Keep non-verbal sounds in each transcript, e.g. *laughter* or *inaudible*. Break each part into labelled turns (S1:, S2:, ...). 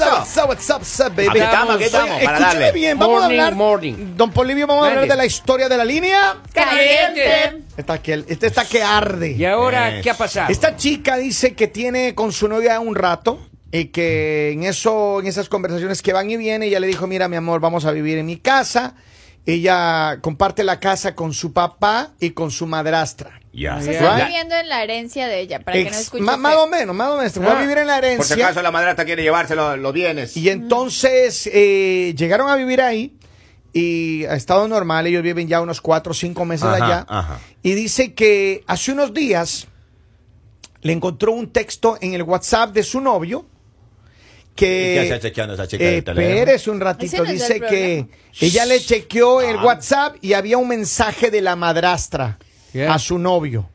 S1: WhatsApp, baby.
S2: Aquí estamos, aquí estamos,
S1: Oye,
S2: para
S1: escúcheme
S2: darle.
S1: bien, vamos
S2: Morning,
S1: a hablar.
S2: morning.
S1: Don Polivio, vamos a hablar
S2: Dale.
S1: de la historia de la línea.
S2: Caliente.
S1: Está que, este está que arde.
S2: ¿Y ahora
S3: Eh,
S2: qué ha pasado?
S1: Esta chica dice que tiene con su novia un rato y que en eso, en esas conversaciones que van y vienen, ella le dijo, mira, mi amor, vamos a vivir en mi casa. Ella comparte la casa con su papá y con su madrastra.
S3: Ya.
S2: Sí.
S4: Se
S1: Right.
S4: está viviendo en la herencia de ella, para que no
S1: Ex-
S4: escuche.
S1: ma-
S4: usted.
S1: más o menos, más o menos. Voy a
S2: Ah,
S1: vivir en la herencia.
S3: Por si acaso la madrastra quiere llevarse lo- los bienes.
S1: Y entonces eh, llegaron a vivir ahí y a estado normal, ellos viven ya unos cuatro o cinco meses
S3: Ajá,
S1: allá.
S3: ajá.
S1: Y dice que hace unos días le encontró un texto en el WhatsApp de su novio que...
S3: ¿Y qué hacía chequeando esa chica
S1: Eh,
S3: del teléfono?
S1: espérese un ratito,
S4: Ese no es
S1: dice
S4: el
S1: que
S4: problema.
S1: ella le chequeó el
S3: Ah.
S1: WhatsApp y había un mensaje de la madrastra
S2: Yeah.
S1: a su novio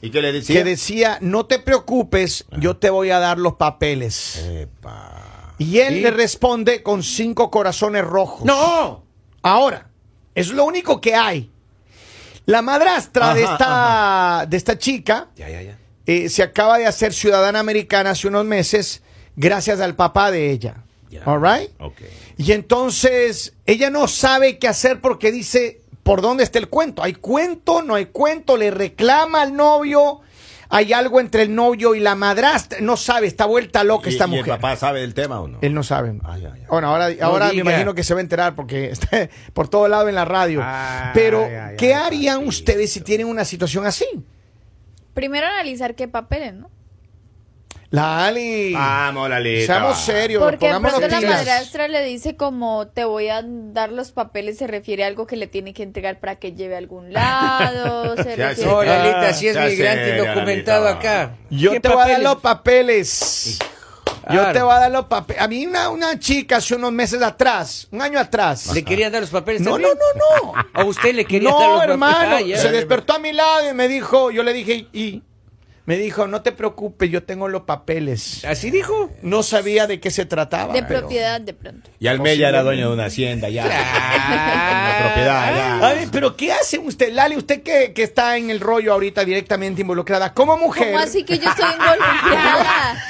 S3: ¿Y qué le
S1: que
S3: decía?
S1: decía, no te preocupes, yo te voy a dar los papeles.
S3: Epa.
S1: Y él
S2: Sí.
S1: le responde con cinco corazones rojos.
S2: ¡No!
S1: Ahora, es lo único que hay. La madrastra de,
S3: Ajá,
S1: esta, de esta chica
S3: Ya, ya, ya.
S1: eh, se acaba de hacer ciudadana americana hace unos meses gracias al papá de ella.
S3: Ya.
S1: All right?
S3: Ok.
S1: Y entonces ella no sabe qué hacer porque dice, ¿por dónde está el cuento? ¿Hay cuento? ¿No hay cuento? Le reclama al novio. Hay algo entre el novio y la madrastra. No sabe, está vuelta loca
S3: ¿Y,
S1: esta
S3: y
S1: mujer.
S3: el papá Ah, sabe del tema o no?
S1: Él no sabe.
S3: Ay, ay, ay.
S1: Bueno, ahora, ahora me
S2: diga.
S1: imagino que se va a enterar porque *laughs* está por todo lado en la radio.
S3: Ah,
S2: Ay,
S1: Pero,
S2: ay,
S1: ¿qué
S2: ay,
S1: harían
S3: papito.
S1: ustedes si tienen una situación así?
S4: Primero analizar qué papeles, ¿no?
S1: La Ali.
S3: Vamos, Lalita.
S1: seamos serios,
S4: Porque de
S1: pongámonos
S4: pronto la
S1: pilas.
S4: madrastra le dice como te voy a dar los papeles, se refiere a algo que le tiene que entregar para que lleve a
S3: *laughs*
S4: algún lado. se
S3: Ya
S4: refiere-
S3: sé.
S2: No, Lalita, si es
S3: Ya sé,
S2: migrante
S3: Lalita,
S2: documentado
S3: vamos.
S2: acá.
S1: Yo
S2: ¿Qué
S1: te voy a dar
S2: papeles?
S1: los papeles. Yo
S2: Claro.
S1: te voy a dar los papeles. A mí una, una chica hace unos meses atrás, un año atrás.
S2: ¿Le querían dar los papeles
S1: No, no,
S2: también? *laughs*
S1: no, no.
S2: ¿A usted le querían dar los
S1: No,
S2: papeles?
S1: hermano,
S2: Ah, ya.
S1: se despertó a mi lado y me dijo, yo le dije, y me dijo, no te preocupes, yo tengo los papeles.
S2: ¿Así dijo?
S1: No sabía de qué se trataba.
S4: De
S1: pero-
S4: propiedad, de pronto.
S3: Y Almeya era dueño de una hacienda ya. Una propiedad ya.
S1: A ver, pero ¿qué hace usted, Lali? Usted que, que está en el rollo ahorita directamente involucrada, como mujer.
S4: ¿Cómo así que yo estoy
S3: *laughs*
S4: involucrada?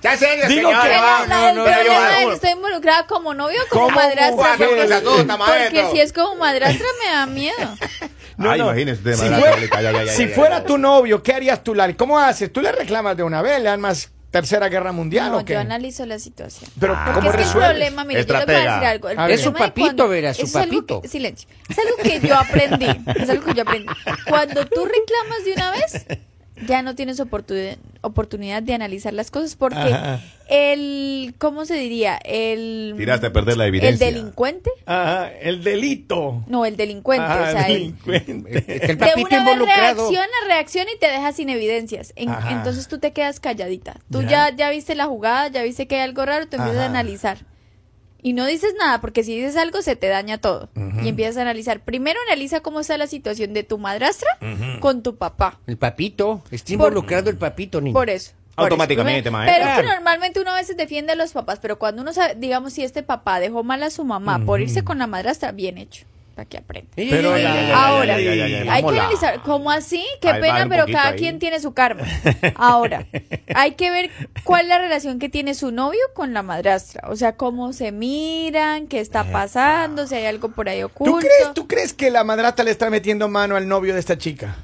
S3: Ya sé, ya sé,
S1: Digo
S3: ya
S1: que-
S4: Él
S3: va,
S4: habla
S3: no,
S4: del
S3: no, ya
S4: problema
S3: va.
S4: de que estoy involucrada como novio o como
S1: ¿Cómo
S4: madrastra.
S1: mujer?
S4: Porque,
S3: Las dos, está
S4: porque
S3: maestro.
S4: si es como madrastra me
S3: *laughs*
S4: da miedo.
S1: No,
S3: Ay,
S1: no.
S3: Ah, imagínese usted,
S1: Si,
S3: madrastra,
S1: fuera-
S3: Lolita, ya, ya, ya,
S1: si
S3: ya, ya,
S1: fuera
S3: ya.
S1: tu novio, ¿qué harías tú, Lali? ¿Cómo haces? ¿Tú le reclamas de una vez? ¿Le armas Tercera Guerra Mundial
S4: No,
S1: o qué?
S4: yo analizo la situación.
S1: Pero
S4: Porque
S1: ¿cómo
S4: es que el
S1: resuelves?
S4: problema, mire, yo le voy a
S3: Estratega.
S4: decir algo. El
S1: A ver. Es
S4: problema
S2: su
S4: de
S2: papito,
S4: cuando-
S2: Vera, su
S4: es algo
S2: papito.
S4: que- silencio. Es algo que yo aprendí. Es algo que yo aprendí. Cuando tú reclamas de una vez, ya no tienes oportu- oportunidad de analizar las cosas porque
S1: Ajá.
S4: el, ¿cómo se diría? El,
S3: Tiraste a perder la evidencia.
S4: El delincuente.
S1: Ajá, el delito.
S4: No, el delincuente.
S1: Ajá,
S4: o sea, el-
S1: Ah, delincuente.
S2: El
S4: pues, de
S2: papito
S4: una vez
S2: involucrado.
S4: reacciona, reacciona y te deja sin evidencias. En-
S1: Ajá.
S4: entonces tú te quedas calladita. Tú ya. Ya, viste la jugada, ya viste que hay algo raro, te empiezas
S1: Ajá.
S4: a analizar. Y no dices nada, porque si dices algo se te daña todo. Y empiezas a analizar. Primero analiza cómo está la situación de tu madrastra con tu papá.
S2: El papito. Está involucrado el papito, niño.
S4: Por eso. por
S3: Automáticamente,
S4: eso.
S3: maestra.
S4: Pero es que
S2: Claro.
S4: normalmente uno a veces defiende a los papás, pero cuando uno sabe, digamos, si este papá dejó mal a su mamá por irse con la madrastra, bien hecho, para que aprenda.
S2: Ey,
S1: Pero
S2: ey,
S1: la-
S2: ey, ey,
S4: Ahora,
S2: ey, ey, ey, ey,
S4: hay que
S3: vámonos.
S4: analizar, ¿cómo así? Qué
S3: Ahí va
S4: pena,
S3: un
S4: pero
S3: poquito
S4: cada
S3: ahí.
S4: quien tiene su
S1: *laughs*
S4: karma. Ahora, hay que ver cuál es la relación que tiene su novio con la madrastra. O sea, cómo se miran, qué está pasando, si hay algo por ahí oculto.
S1: ¿Tú crees, ¿Tú crees que la madrata le está metiendo mano al novio de esta chica?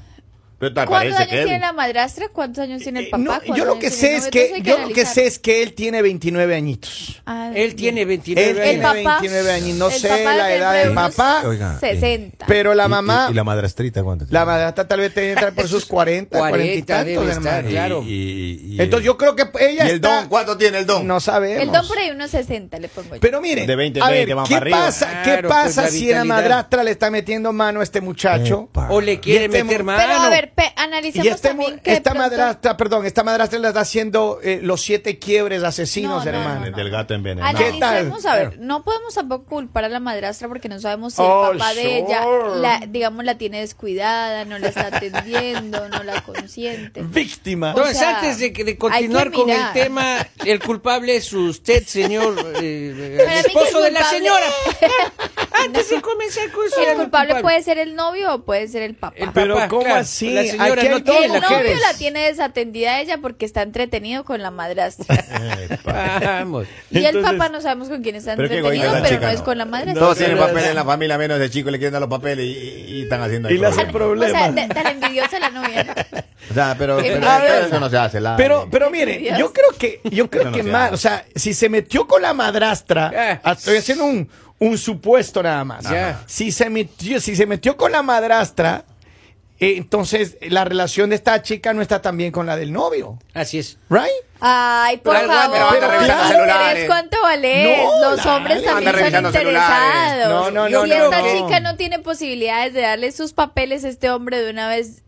S3: Pero te
S4: ¿Cuántos
S3: parece
S4: años
S3: que
S4: tiene la madrastra? ¿Cuántos años tiene el
S1: Eh,
S4: papá?
S1: no,
S4: ¿Cuántos
S1: yo lo
S4: años
S1: que
S4: tiene
S1: sé
S4: el
S1: es
S4: novio? Entonces
S1: que
S4: hay
S1: yo lo que
S4: analizar.
S1: sé es que él tiene 29 añitos.
S4: Ah,
S2: Él tiene
S1: Él
S2: 29
S1: tiene
S4: papá-
S2: años.
S1: 29 años, no
S4: el
S1: sé
S4: papá
S1: la
S4: debe
S1: edad
S4: tener
S1: del
S4: unos-
S1: papá,
S3: Oiga, eh,
S4: 60.
S1: pero la
S3: ¿Y-
S1: mamá,
S3: ¿Y, y la madrastrita cuánto tiene?
S1: la madrata tal vez te
S4: *laughs*
S1: entra por sus 40, 40 y
S2: 40
S1: tantos,
S2: debe estar,
S1: hermano.
S2: claro.
S3: Y, y- y-
S1: Entonces yo creo que ella
S3: ¿Y el
S1: está-
S3: don? ¿Cuánto tiene el don?
S1: No sabemos.
S4: El don por ahí unos 60 le pongo yo.
S1: Pero miren,
S3: De 20,
S1: a
S3: 20
S1: ver,
S3: van
S1: ¿qué
S3: para arriba.
S1: pasa,
S2: Claro,
S1: ¿qué pasa
S2: pues, la
S1: si la
S2: vitalidad.
S1: madrastra le está metiendo mano a este muchacho?
S3: Epa.
S2: O le
S1: Y
S2: quiere
S1: este
S2: meter
S1: mo-
S2: mano.
S4: Pero a ver, pe- analicemos
S1: Y este, mu-
S4: también que de
S1: esta
S4: pronto-
S1: madrastra, perdón, esta madrastra le está haciendo eh, los siete quiebres asesinos,
S4: No, no,
S1: hermano.
S4: no, no.
S3: Del gato envenenado.
S1: ¿Qué tal?
S4: Analicemos, a ver, no podemos tampoco culpar a la madrastra porque no sabemos si
S1: Oh,
S4: el papá de
S1: sure.
S4: ella, la, digamos, la tiene descuidada, no la está atendiendo, no la consiente.
S1: Víctima.
S2: Entonces,
S4: o sea,
S2: antes de, que- de
S4: hay que
S2: continuar con el
S4: mirar.
S2: tema, el culpable es usted, señor, eh, el
S4: Para mí que
S2: esposo
S4: el
S2: de la
S4: culpable- *laughs*
S2: señora. Antes de comenzar con eso,
S4: El
S2: era
S4: culpable puede ser el novio o puede ser el papá.
S2: El
S1: Pero
S2: papá,
S1: ¿cómo
S2: claro.
S1: así?
S2: la señora,
S1: aquí hay
S2: no
S1: dos
S2: tiene
S4: El
S2: la
S1: mujeres.
S4: novio la tiene desatendida a ella porque está entretenido con la madrastra.
S2: Vamos.
S4: Y el
S3: Entonces-
S4: papá no sabemos con quién está
S3: Pero qué
S4: entretenido,
S3: egoísta la
S4: pero
S3: chica,
S4: no es
S3: ¿no?
S4: con la madrastra.
S3: Todos tienen
S2: no,
S3: papel
S2: no.
S3: en la familia, menos de chico le quieren dar los papeles y, y- y están haciendo
S1: Y le hacen
S3: problema.
S4: O sea,
S1: problema.
S4: de- tan envidiosa la novia. ¿no?
S3: O sea, pero,
S4: Eh,
S3: pero,
S4: A ver.
S3: pero eso no se hace. La,
S1: Pero, pero mire,
S4: Dios.
S1: yo creo que, yo creo
S3: No, no
S1: que
S3: se
S1: más,
S3: hace.
S1: o sea, si se metió con la madrastra,
S2: Eh.
S1: ah, estoy haciendo un, un supuesto nada más.
S2: Ya.
S1: Si se metió, si se metió con la madrastra, eh, entonces la relación de esta chica no está tan bien con la del novio,
S2: Así es.
S1: right?
S4: Ay, por
S2: Pero anda-
S4: favor.
S2: pero anda
S3: revisando
S4: las
S3: celulares.
S4: mujeres, ¿Cuánto vale?
S1: No,
S4: Los
S1: la-
S4: hombres
S1: anda
S4: también son
S3: revisando
S4: interesados.
S3: celulares.
S1: No, no,
S4: Y
S1: no,
S4: si
S1: no,
S4: esta
S1: no.
S4: chica no tiene posibilidades de darle sus papeles, este hombre de una vez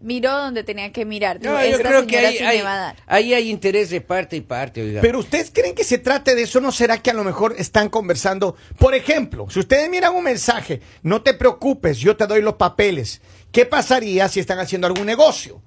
S4: miró donde tenía que mirar. Dijo,
S2: No, yo
S4: esta
S2: creo que
S4: señora
S2: ahí
S4: sí
S2: hay,
S4: me va a dar.
S2: ahí hay interés de parte y parte, oiga.
S1: Pero ustedes creen que se trate de eso, ¿no será que a lo mejor están conversando? Por ejemplo, si ustedes miran un mensaje, no te preocupes, yo te doy los papeles. ¿Qué pasaría si están haciendo algún negocio?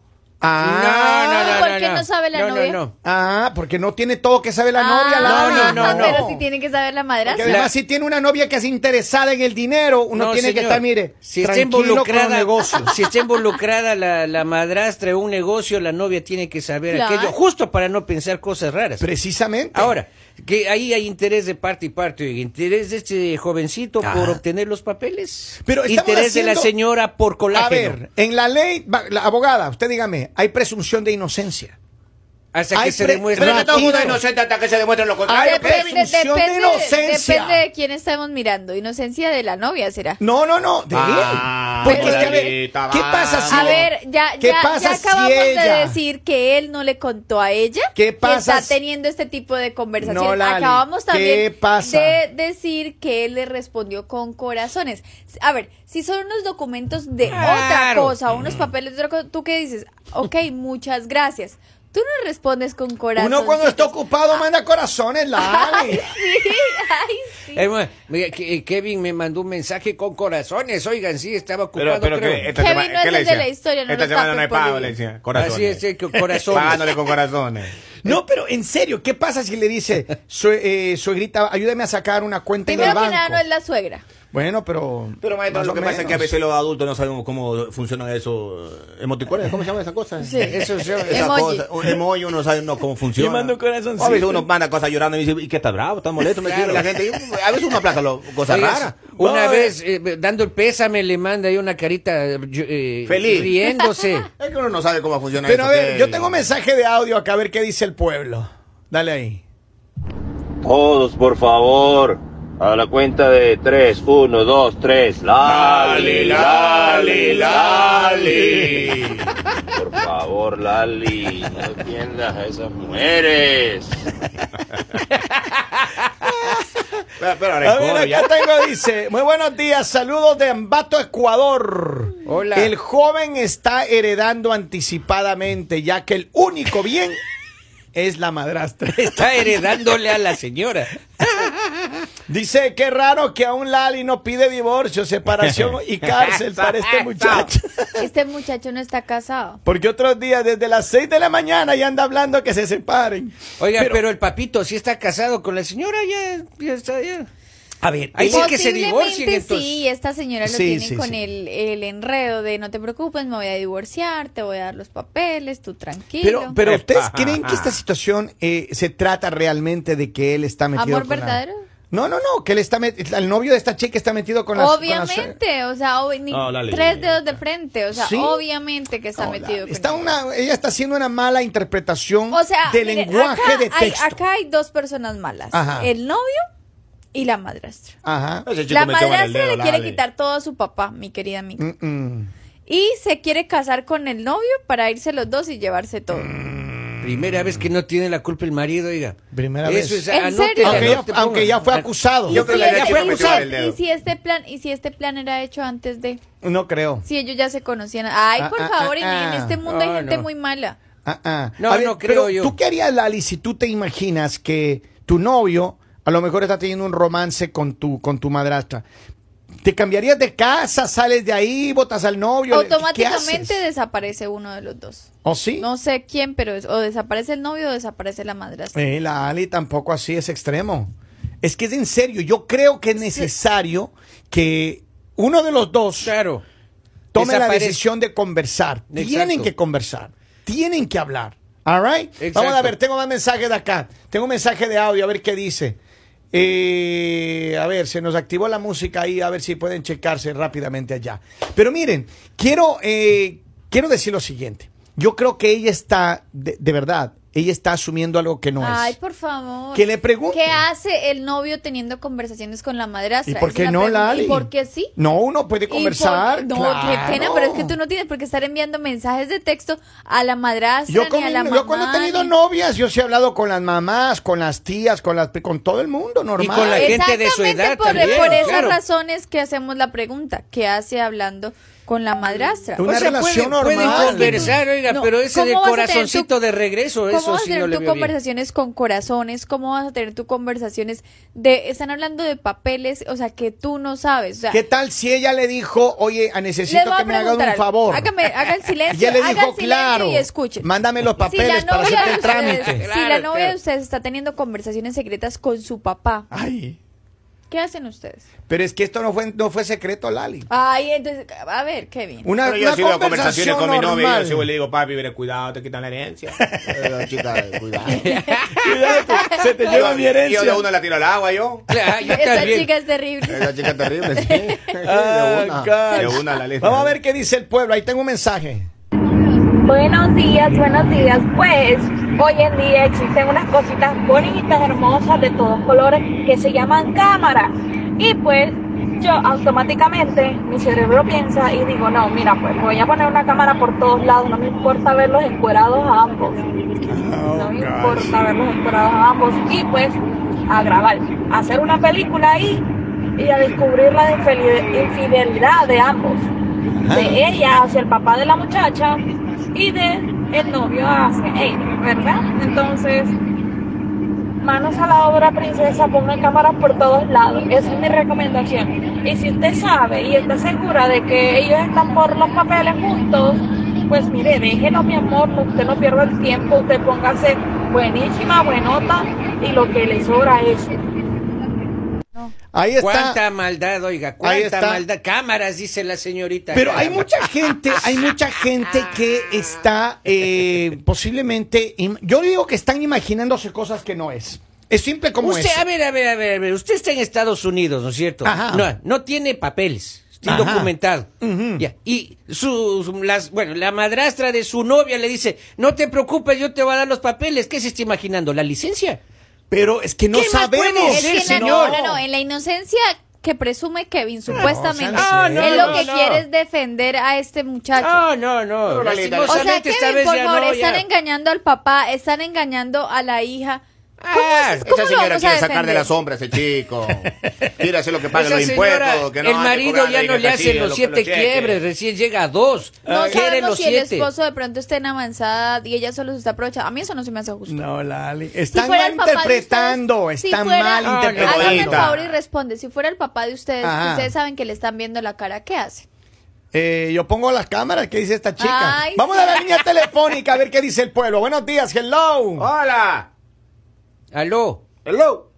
S2: no, no, no,
S4: ¿Y
S2: no,
S4: por qué no sabe la
S2: no,
S4: novia?
S2: No, no.
S1: Ah, porque no tiene todo que sabe la novia.
S4: Ah,
S1: la
S2: No, no,
S1: otra.
S2: no, no.
S4: Pero si tiene que saber la
S1: Porque
S4: madrastra.
S1: además, si tiene una novia que es interesada en el dinero, uno
S2: No,
S1: tiene que
S2: señor.
S1: estar, mire,
S2: si está
S1: tranquilo con los
S2: involucrada,
S1: negocios.
S2: *laughs* si está involucrada la, la madrastra en un negocio, la novia tiene que saber
S4: Claro.
S2: aquello, justo para no pensar cosas raras.
S1: Precisamente.
S2: Ahora, que ahí hay interés de parte y parte, oiga, interés de este jovencito por obtener los papeles,
S1: Pero estamos
S2: interés de la
S1: haciendo-
S2: señora por colágeno.
S1: A ver, en la ley, va- la abogada, usted dígame, hay presunción de inocencia.
S2: hasta
S1: hay
S2: que se
S1: pre-
S2: demuestre.
S3: Pero que todo el mundo es
S1: Ratito.
S3: inocente hasta que se demuestre lo contrario.
S1: Ay,
S4: Depende-
S1: presunción de
S4: depende-
S1: inocencia.
S4: depende de quién estamos mirando. Inocencia de la novia será.
S1: No, no, no, de
S3: Ah,
S1: él. Porque es que, a ver,
S3: Margarita,
S1: ¿qué
S3: va.
S1: pasa si
S4: A ver, ya,
S1: Ah, ¿Qué
S4: ya, ya
S1: pasa si
S4: acabamos
S1: ella-
S4: de decir que él no le contó a ella
S1: ¿Qué
S4: que
S1: pasa
S4: está
S1: si-
S4: teniendo este tipo de conversaciones.
S1: No, Lali,
S4: acabamos
S1: ¿qué
S4: también
S1: pasa?
S4: de decir que él le respondió con corazones. A ver, si son unos documentos de
S2: Claro.
S4: otra cosa,
S1: Mm.
S4: unos papeles de otra cosa, tú qué dices, ok, muchas gracias. Tú no respondes con corazón.
S1: uno cuando está ocupado manda corazones, Lali?
S4: Sí, ay, sí.
S2: Eh, bueno, mira, que- eh, Kevin me mandó un mensaje con corazones, oigan, sí, estaba ocupado,
S3: Pero, pero
S2: creo.
S3: que eh, esta
S4: Kevin
S3: semana-
S4: no es
S3: ¿qué le
S4: el de
S3: decía?
S4: la historia, no
S3: Esta
S4: lo
S3: semana no
S4: tapen
S3: hay
S4: por
S3: pago,
S4: mí.
S3: le decía. Corazones.
S2: Así es, eh, que corazones.
S3: Pagándole con corazones.
S1: No, pero en serio, ¿qué pasa si le dice, su, eh, suegrita, ayúdame a sacar una cuenta en
S4: Primero
S1: el banco?
S4: que nada no es la suegra.
S1: Bueno, pero.
S3: Pero maestro,
S1: más
S3: lo
S1: o
S3: que pasa es que a
S1: menos.
S3: veces los adultos no sabemos cómo funcionan esos eh, emoticones. ¿Cómo se llama esa cosa?
S4: Sí.
S2: Eso
S4: *laughs*
S2: se llama-
S3: Esa
S4: Emoji.
S3: cosa, un emoji, uno sabe no cómo funciona.
S1: Yo mando un corazoncito.
S3: A veces uno manda cosas llorando y dice, ¿y qué está bravo? ¿Está molesto? Me
S2: Claro.
S3: quiere la gente. Y a veces uno aplaca lo- cosas
S2: Oiga,
S3: raras.
S2: Una
S3: No,
S2: vez, eh, dando el pésame, le manda ahí una carita eh,
S3: Feliz. *laughs*
S2: riéndose.
S3: Es que uno no sabe cómo funciona
S1: Pero a
S3: eso,
S1: ver,
S3: que-
S1: yo tengo mensaje de audio acá, a ver qué dice el pueblo. Dale ahí.
S5: Todos, por favor, a la cuenta de 3, 1, 2, 3. Lali, Lali, Lali. Por favor, Lali, no defiendas a esas mujeres.
S3: Pero, pero ahora
S1: A
S3: es joven,
S1: ver,
S3: ya.
S1: acá tengo, dice. Muy buenos días, saludos de Ambato, Ecuador.
S2: Hola.
S1: El joven está heredando anticipadamente, ya que el único bien es la madrastra.
S2: Está heredándole a la señora.
S1: Dice, qué raro que aún Lali no pide divorcio, separación y cárcel para este muchacho.
S4: Este muchacho no está casado.
S1: Porque otros días, desde las 6 de la mañana, ya anda hablando que se separen.
S2: Oiga, pero, el papito, si está casado con la señora, ya, ya está. Ya.
S1: A ver,
S2: Ahí sí que se divorcien,
S4: Posiblemente
S2: entonces.
S4: sí, esta señora lo
S1: Sí,
S4: tiene
S1: sí,
S4: con
S1: sí.
S4: El, el enredo de no te preocupes, me voy a divorciar, te voy a dar los papeles, tú
S1: Pero,
S4: tranquilo.
S1: pero
S3: Epa.
S2: *laughs*
S1: ¿ustedes creen que esta situación eh, se trata realmente de que él está metido
S4: ¿Amor
S1: con la-
S4: verdadero?
S1: No, no, no, que él está met- el novio de esta chica está metido con la con la suegra.
S4: obviamente, o sea, ob- ni
S3: No, Lali.
S4: tres dedos de frente, o sea,
S1: Sí.
S4: obviamente que está
S1: No, la-
S4: metido. con
S1: está
S4: ella.
S1: una, ella está haciendo una mala interpretación
S4: O sea,
S1: de
S4: miren,
S1: lenguaje
S4: acá
S1: de
S4: hay-
S1: texto.
S4: acá hay dos personas malas,
S1: Ajá.
S4: el novio y la madrastra.
S1: Ajá.
S3: Ese chico
S4: La
S3: metió mano en el
S4: madrastra
S3: dedo,
S4: le quiere
S3: dale.
S4: quitar todo a su papá, mi querida amiga.
S1: Mm, mm.
S4: Y se quiere casar con el novio para irse los dos y llevarse todo.
S1: Mm.
S2: Primera vez que no tiene la culpa el marido, oiga.
S1: Primera
S2: Eso Es,
S1: vez.
S4: ¿En
S2: anótela, no
S4: serio?
S1: Aunque,
S2: te
S1: ya,
S2: pongas-
S1: aunque ya fue acusado.
S3: Yo creo
S4: si
S3: que la
S4: este-
S3: chica
S4: y
S3: metió
S4: si-
S3: el dedo.
S4: y si este plan y si este plan era hecho antes de
S1: No creo.
S4: si ellos ya se conocían ay
S1: Ah,
S4: por
S1: ah,
S4: favor
S1: ah,
S4: en,
S1: ah.
S4: en este mundo hay
S2: Ah,
S4: gente
S2: no.
S4: muy mala
S1: Ah, ah.
S2: No,
S1: A ver,
S2: no creo
S1: pero,
S2: yo.
S1: ¿Tú qué harías, Lali, si tú te imaginas que tu novio a lo mejor está teniendo un romance con tu, con tu madrastra? ¿Te cambiarías de casa, sales de ahí, botas al novio? le- ¿qué- qué
S4: automáticamente
S1: haces?
S4: desaparece uno de los dos
S1: ¿O sí?
S4: no sé quién pero es- o desaparece el novio o desaparece la madrastra
S1: Eh, la Ali tampoco así es extremo. Es que es en serio, yo creo que es necesario que uno de los dos
S2: Claro.
S1: Tomen la
S2: Desaparece.
S1: decisión de conversar.
S2: Exacto.
S1: Tienen que conversar. Tienen que hablar. All right?
S2: Exacto.
S1: Vamos a ver, tengo más mensajes de acá. Tengo un mensaje de audio, a ver qué dice. Eh, a ver, se nos activó la música ahí, a ver si pueden checarse rápidamente allá. Pero miren, quiero, eh, quiero decir lo siguiente. Yo creo que ella está, de, de verdad, ella está asumiendo algo que no
S4: Ay,
S1: es.
S4: por favor.
S1: Que le pregunte.
S4: ¿Qué hace el novio teniendo conversaciones con la madrastra?
S1: ¿Y por
S4: Es
S1: qué
S4: una
S1: no,
S4: pregunta.
S1: Lali?
S4: ¿Y por qué sí?
S1: No, uno puede
S4: ¿Y por qué-
S1: conversar.
S4: No,
S1: claro.
S4: qué pena, pero es que tú no tienes por qué estar enviando mensajes de texto a la madrastra
S1: Yo,
S4: ni
S1: con
S4: a
S1: mi-
S4: la
S1: yo
S4: mamá.
S1: cuando he tenido
S4: ni-
S1: novias, yo sí he hablado con las mamás, con las tías, con las con todo el mundo, normal.
S2: con la gente
S4: Exactamente
S2: de su edad
S4: por,
S2: también,
S4: por esas
S2: claro.
S4: razones que hacemos la pregunta, ¿qué hace hablando con la madrastra?
S1: Una relación
S2: pueden, pueden
S1: normal.
S2: conversar, oiga,
S4: No,
S2: pero ese
S4: ¿cómo
S2: de
S4: vas a tener
S2: corazoncito
S4: tu-
S2: de regreso,
S4: ¿Cómo
S2: eso
S4: vas a
S2: sí no
S4: tener
S2: le
S4: tus
S2: veo bien.
S4: conversaciones con corazones? ¿Cómo vas a tener tus conversaciones de están hablando de papeles, o sea, que tú no sabes? O sea,
S1: ¿Qué tal si ella le dijo, oye, a-
S4: les
S1: necesito
S4: voy
S1: que
S4: a
S1: me hagan
S4: preguntar.
S1: un
S4: algo.
S1: favor?
S4: Hágame,
S2: *laughs*
S4: hagan silencio,
S1: ella le
S4: hagan
S1: dijo,
S4: silencio
S1: claro,
S4: y escuchen.
S1: mándame los papeles
S4: si la
S1: para
S4: novia
S1: hacerte el
S4: de *laughs* ustedes-
S1: trámite.
S4: Si la
S2: Claro,
S4: novia
S2: claro.
S4: de ustedes está teniendo conversaciones secretas con su papá,
S1: Ay,
S4: ¿qué hacen ustedes?
S1: pero es que esto no fue, no fue secreto, Lali.
S4: Ay, entonces, a ver, Kevin.
S1: Una,
S3: Pero yo
S1: una
S3: sí veo conversaciones
S1: conversación
S3: con mi novia. y Yo
S1: normal.
S3: sí le digo, papi, mire, cuidado, te quitan la herencia. Eh, chica, cuidado.
S1: Se te *laughs* lleva
S3: Yo-
S1: mi herencia.
S3: Yo de una la tiro al agua, yo.
S2: Claro, Ah,
S4: *laughs*
S2: yo
S4: Esta
S2: también. Ah,
S4: chica es terrible.
S3: Esa chica terrible, sí. de una. De una la lista.
S1: Vamos a ver qué dice el pueblo. Ahí tengo un mensaje.
S6: Buenos días, buenos días. Pues hoy en día existen unas cositas bonitas, hermosas, de todos colores, que se llaman cámaras. Y pues yo automáticamente, mi cerebro piensa y digo, no, mira, pues voy a poner una cámara por todos lados, no me importa verlos encuerados a ambos. No
S1: Oh,
S6: me importa verlos encuerados a ambos. Y pues a grabar, a hacer una película ahí y a descubrir la infeli- infidelidad de ambos de ella hacia el papá de la muchacha y de el novio hacia ella, ¿verdad? Entonces, manos a la obra, princesa, pongan cámaras por todos lados. Esa es mi recomendación. Y si usted sabe y está segura de que ellos están por los papeles juntos, pues mire, déjelo, mi amor, no- usted no pierda el tiempo, usted póngase buenísima, buenota y lo que le sobra es
S1: Ahí está.
S2: Cuánta maldad, oiga,
S1: Ahí
S2: cuánta
S1: está.
S2: maldad. Cámaras, dice la señorita.
S1: Pero hay
S2: Caramba.
S1: mucha gente, hay mucha gente que está eh, posiblemente, im- yo digo que están imaginándose cosas que no es. Es simple como
S2: Usted,
S1: eso.
S2: a ver, a ver, a ver, a ver, usted está en Estados Unidos, ¿no es cierto?
S1: Ajá.
S2: No, no tiene papeles, está
S1: Ajá.
S2: indocumentado.
S1: Ujú.
S2: Ya, Y su, su- las, bueno, la madrastra de su novia le dice, no te preocupes, yo te voy a dar los papeles. ¿Qué se está imaginando? ¿La licencia?
S1: Pero es que no
S2: ¿Qué más
S1: sabemos.
S2: puede
S4: Es
S2: ser,
S4: que en la-
S2: señor.
S4: No, no, no, en la inocencia que presume Kevin, supuestamente.
S1: Ah, no,
S4: es lo
S2: no,
S4: que
S2: no.
S4: quiere es defender a este muchacho.
S2: No, Ah, no, no.
S4: o sea,
S2: lastimosamente
S4: Kevin,
S2: esta vez
S4: por
S2: ya
S4: favor,
S2: no,
S4: están
S2: ya.
S4: engañando al papá, están engañando a la hija.
S2: Ah,
S4: es-
S3: Esa
S4: lo
S3: señora
S4: vamos a
S3: quiere sacar de
S4: defender?
S3: la sombra a ese chico. Quiere hacer lo que pague
S2: Esa
S3: los
S2: señora,
S3: impuestos. Que no
S2: el
S3: ande
S2: marido
S3: cobrando
S2: ya
S3: y
S2: no
S3: que
S2: le hace
S3: recibe
S2: los
S3: lo-
S2: siete
S3: cheques.
S2: quiebres, recién llega a dos.
S4: No
S2: Quiere
S4: sabemos
S2: Ah, los
S4: si el
S2: siete.
S4: esposo de pronto está en avanzada y ella solo se está aprovechando. A mí eso no se me hace justo.
S1: No, Lali.
S4: Si
S1: Están
S4: fuera
S1: mal
S4: el papá de
S1: interpretando,
S4: ustedes- si
S1: están
S4: fuera-
S1: mal
S2: Ah,
S1: interpretando.
S4: Háganme el
S3: Bonita.
S4: favor y responde. Si fuera el papá de ustedes,
S1: Ajá.
S4: ustedes saben que le están viendo la cara, ¿qué hace?
S1: Eh, yo pongo las cámaras, ¿qué dice esta chica?
S4: Ay,
S1: Vamos
S4: sí.
S1: a la línea telefónica a ver qué dice el pueblo. Buenos días, hello.
S3: Hola.
S2: Aló.
S3: Hello.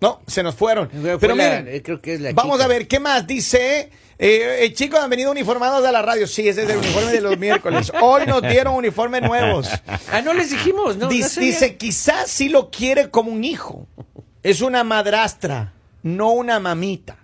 S1: No, se nos fueron.
S2: Fue
S1: Pero
S2: la-
S1: miren,
S2: eh, creo que es la
S1: Vamos
S2: chica.
S1: a ver, ¿qué más dice? Eh, eh, chicos, han venido uniformados de la radio. Sí, ese es el uniforme de
S2: *laughs*
S1: los miércoles. Hoy nos dieron uniformes nuevos.
S2: Ah, no les dijimos, ¿no? no
S1: Dis-
S2: sabía.
S1: dice, quizás sí lo quiere como un hijo. Es una madrastra, no una mamita.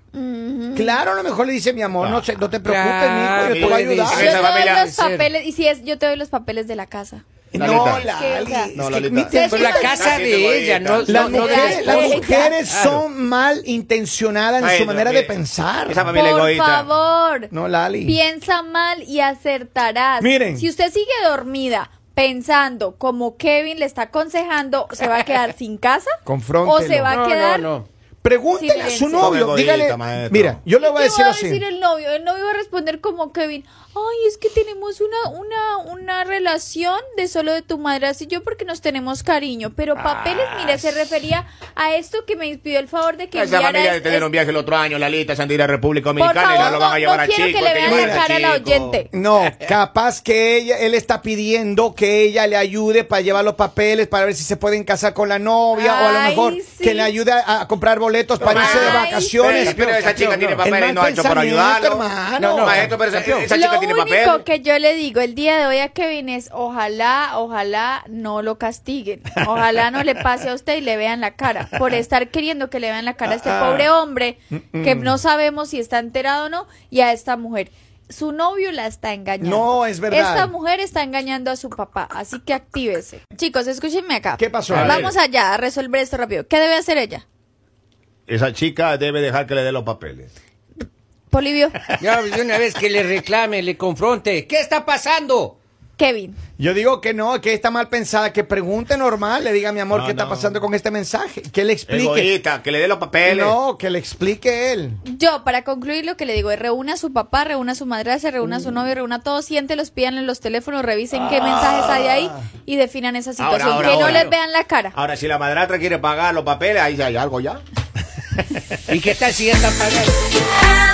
S1: Claro, a lo mejor le dice, mi amor, no, se- no te preocupes,
S2: Claro,
S1: mi hijo, yo te voy a
S2: puede
S1: ayudar.
S2: Ah,
S4: Yo
S2: ser.
S4: te
S3: esa
S4: doy
S3: familia-
S4: los papeles, y si es, yo te doy los papeles de la casa.
S1: No,
S3: Lalita.
S1: Lali,
S4: Es que, o sea,
S1: es
S3: No,
S1: que
S3: Lalita.
S1: ni te-
S2: Pero
S4: Es
S2: Pues la casa
S3: Así
S2: de
S3: te
S2: ella, no,
S3: voy,
S1: Las
S2: no- no de
S1: mujeres,
S2: la
S1: las
S2: esposa.
S1: mujeres
S2: Claro.
S1: son mal intencionadas en
S3: Ay,
S1: su
S3: no,
S1: manera de
S3: mire,
S1: pensar.
S3: esa familia
S4: Por
S3: egoísta.
S4: favor,
S1: No, Lali.
S4: piensa mal y acertarás.
S1: Miren.
S4: Si usted sigue dormida pensando como Kevin le está aconsejando, ¿se va a quedar sin casa?
S1: *laughs*
S4: ¿O
S1: Confróntelo.
S4: se va a
S2: No,
S4: quedar?
S2: no, no.
S1: Pregúntele a su
S4: Silencio.
S1: novio,
S3: Pobre egoísta,
S1: dígale.
S3: maestro.
S1: Mira, yo le voy a
S4: ¿Qué
S1: decir
S4: va a
S1: así.
S4: decir el novio? El novio va a responder como Kevin. Ay, es que tenemos una, una, una relación de solo de tu madrastra y yo porque nos tenemos cariño. Pero papeles, mira, se refería a esto que me pidió el favor de que
S3: Esa
S4: enviara
S3: familia
S4: es-
S3: de tener
S4: es-
S3: un viaje el otro año, Lalita, se han de ir a República
S4: Por
S3: Dominicana y
S4: favor,
S3: no lo van a
S4: no,
S3: llevar
S4: no
S3: a
S4: quiero
S3: chico.
S4: que le
S3: te
S4: vean
S3: llevan
S4: la cara a la
S3: chico.
S4: oyente. *laughs*
S1: No, capaz que ella, él está pidiendo que ella le ayude para llevar los papeles, para ver si se pueden casar con la novia, o a lo
S4: Ay,
S1: mejor
S4: sí.
S1: que le ayude a, a comprar boletos para irse de
S4: Ay,
S1: vacaciones.
S4: sí.
S7: Pero esa chica tiene
S1: El
S7: papel y
S1: mal
S7: no ha hecho por
S1: pensamiento,
S7: ayudarlo.
S1: hermano.
S7: No, no, maestro, pero esa,
S2: Campeón.
S7: esa
S4: lo
S7: chica tiene
S4: único
S7: papel.
S4: que yo le digo el día de hoy a Kevin es ojalá, ojalá no lo castiguen, ojalá no le pase a usted y le vean la cara por estar queriendo que le vean la cara a este
S3: Ah.
S4: pobre hombre que no sabemos si está enterado o no y a esta mujer. Su novio la está engañando.
S1: No, es verdad.
S4: Esta mujer está engañando a su papá, así que actívese. Chicos, escúchenme acá.
S1: ¿Qué pasó?
S3: A ver.
S4: Vamos allá a resolver esto rápido. ¿Qué debe hacer ella?
S3: Esa chica debe dejar que le dé los papeles. *laughs*
S4: Polivio,
S2: Ya, de una vez que le reclame, le confronte. ¿Qué está pasando?
S4: Kevin.
S1: Yo digo que no, que está mal pensada, que pregunte normal, le diga mi amor
S3: No,
S1: qué está
S3: no.
S1: pasando con este mensaje, que le explique.
S3: Egoísta, que le dé los papeles.
S1: No, que le explique él.
S4: Yo, para concluir lo que le digo, es reúna a su papá, reúna a su madrastra, reúna
S3: Mm.
S4: a su novio, reúna a todos, siéntelos, pídanle los teléfonos, revisen qué mensajes hay ahí y definan esa situación.
S3: Ah. Ahora, ahora,
S4: que no
S3: ahora.
S4: les vean la cara.
S3: Ahora, si la madrastra quiere pagar los papeles, ahí hay algo ya.
S2: ¿Y qué tal si ya están pagando?
S8: Ah,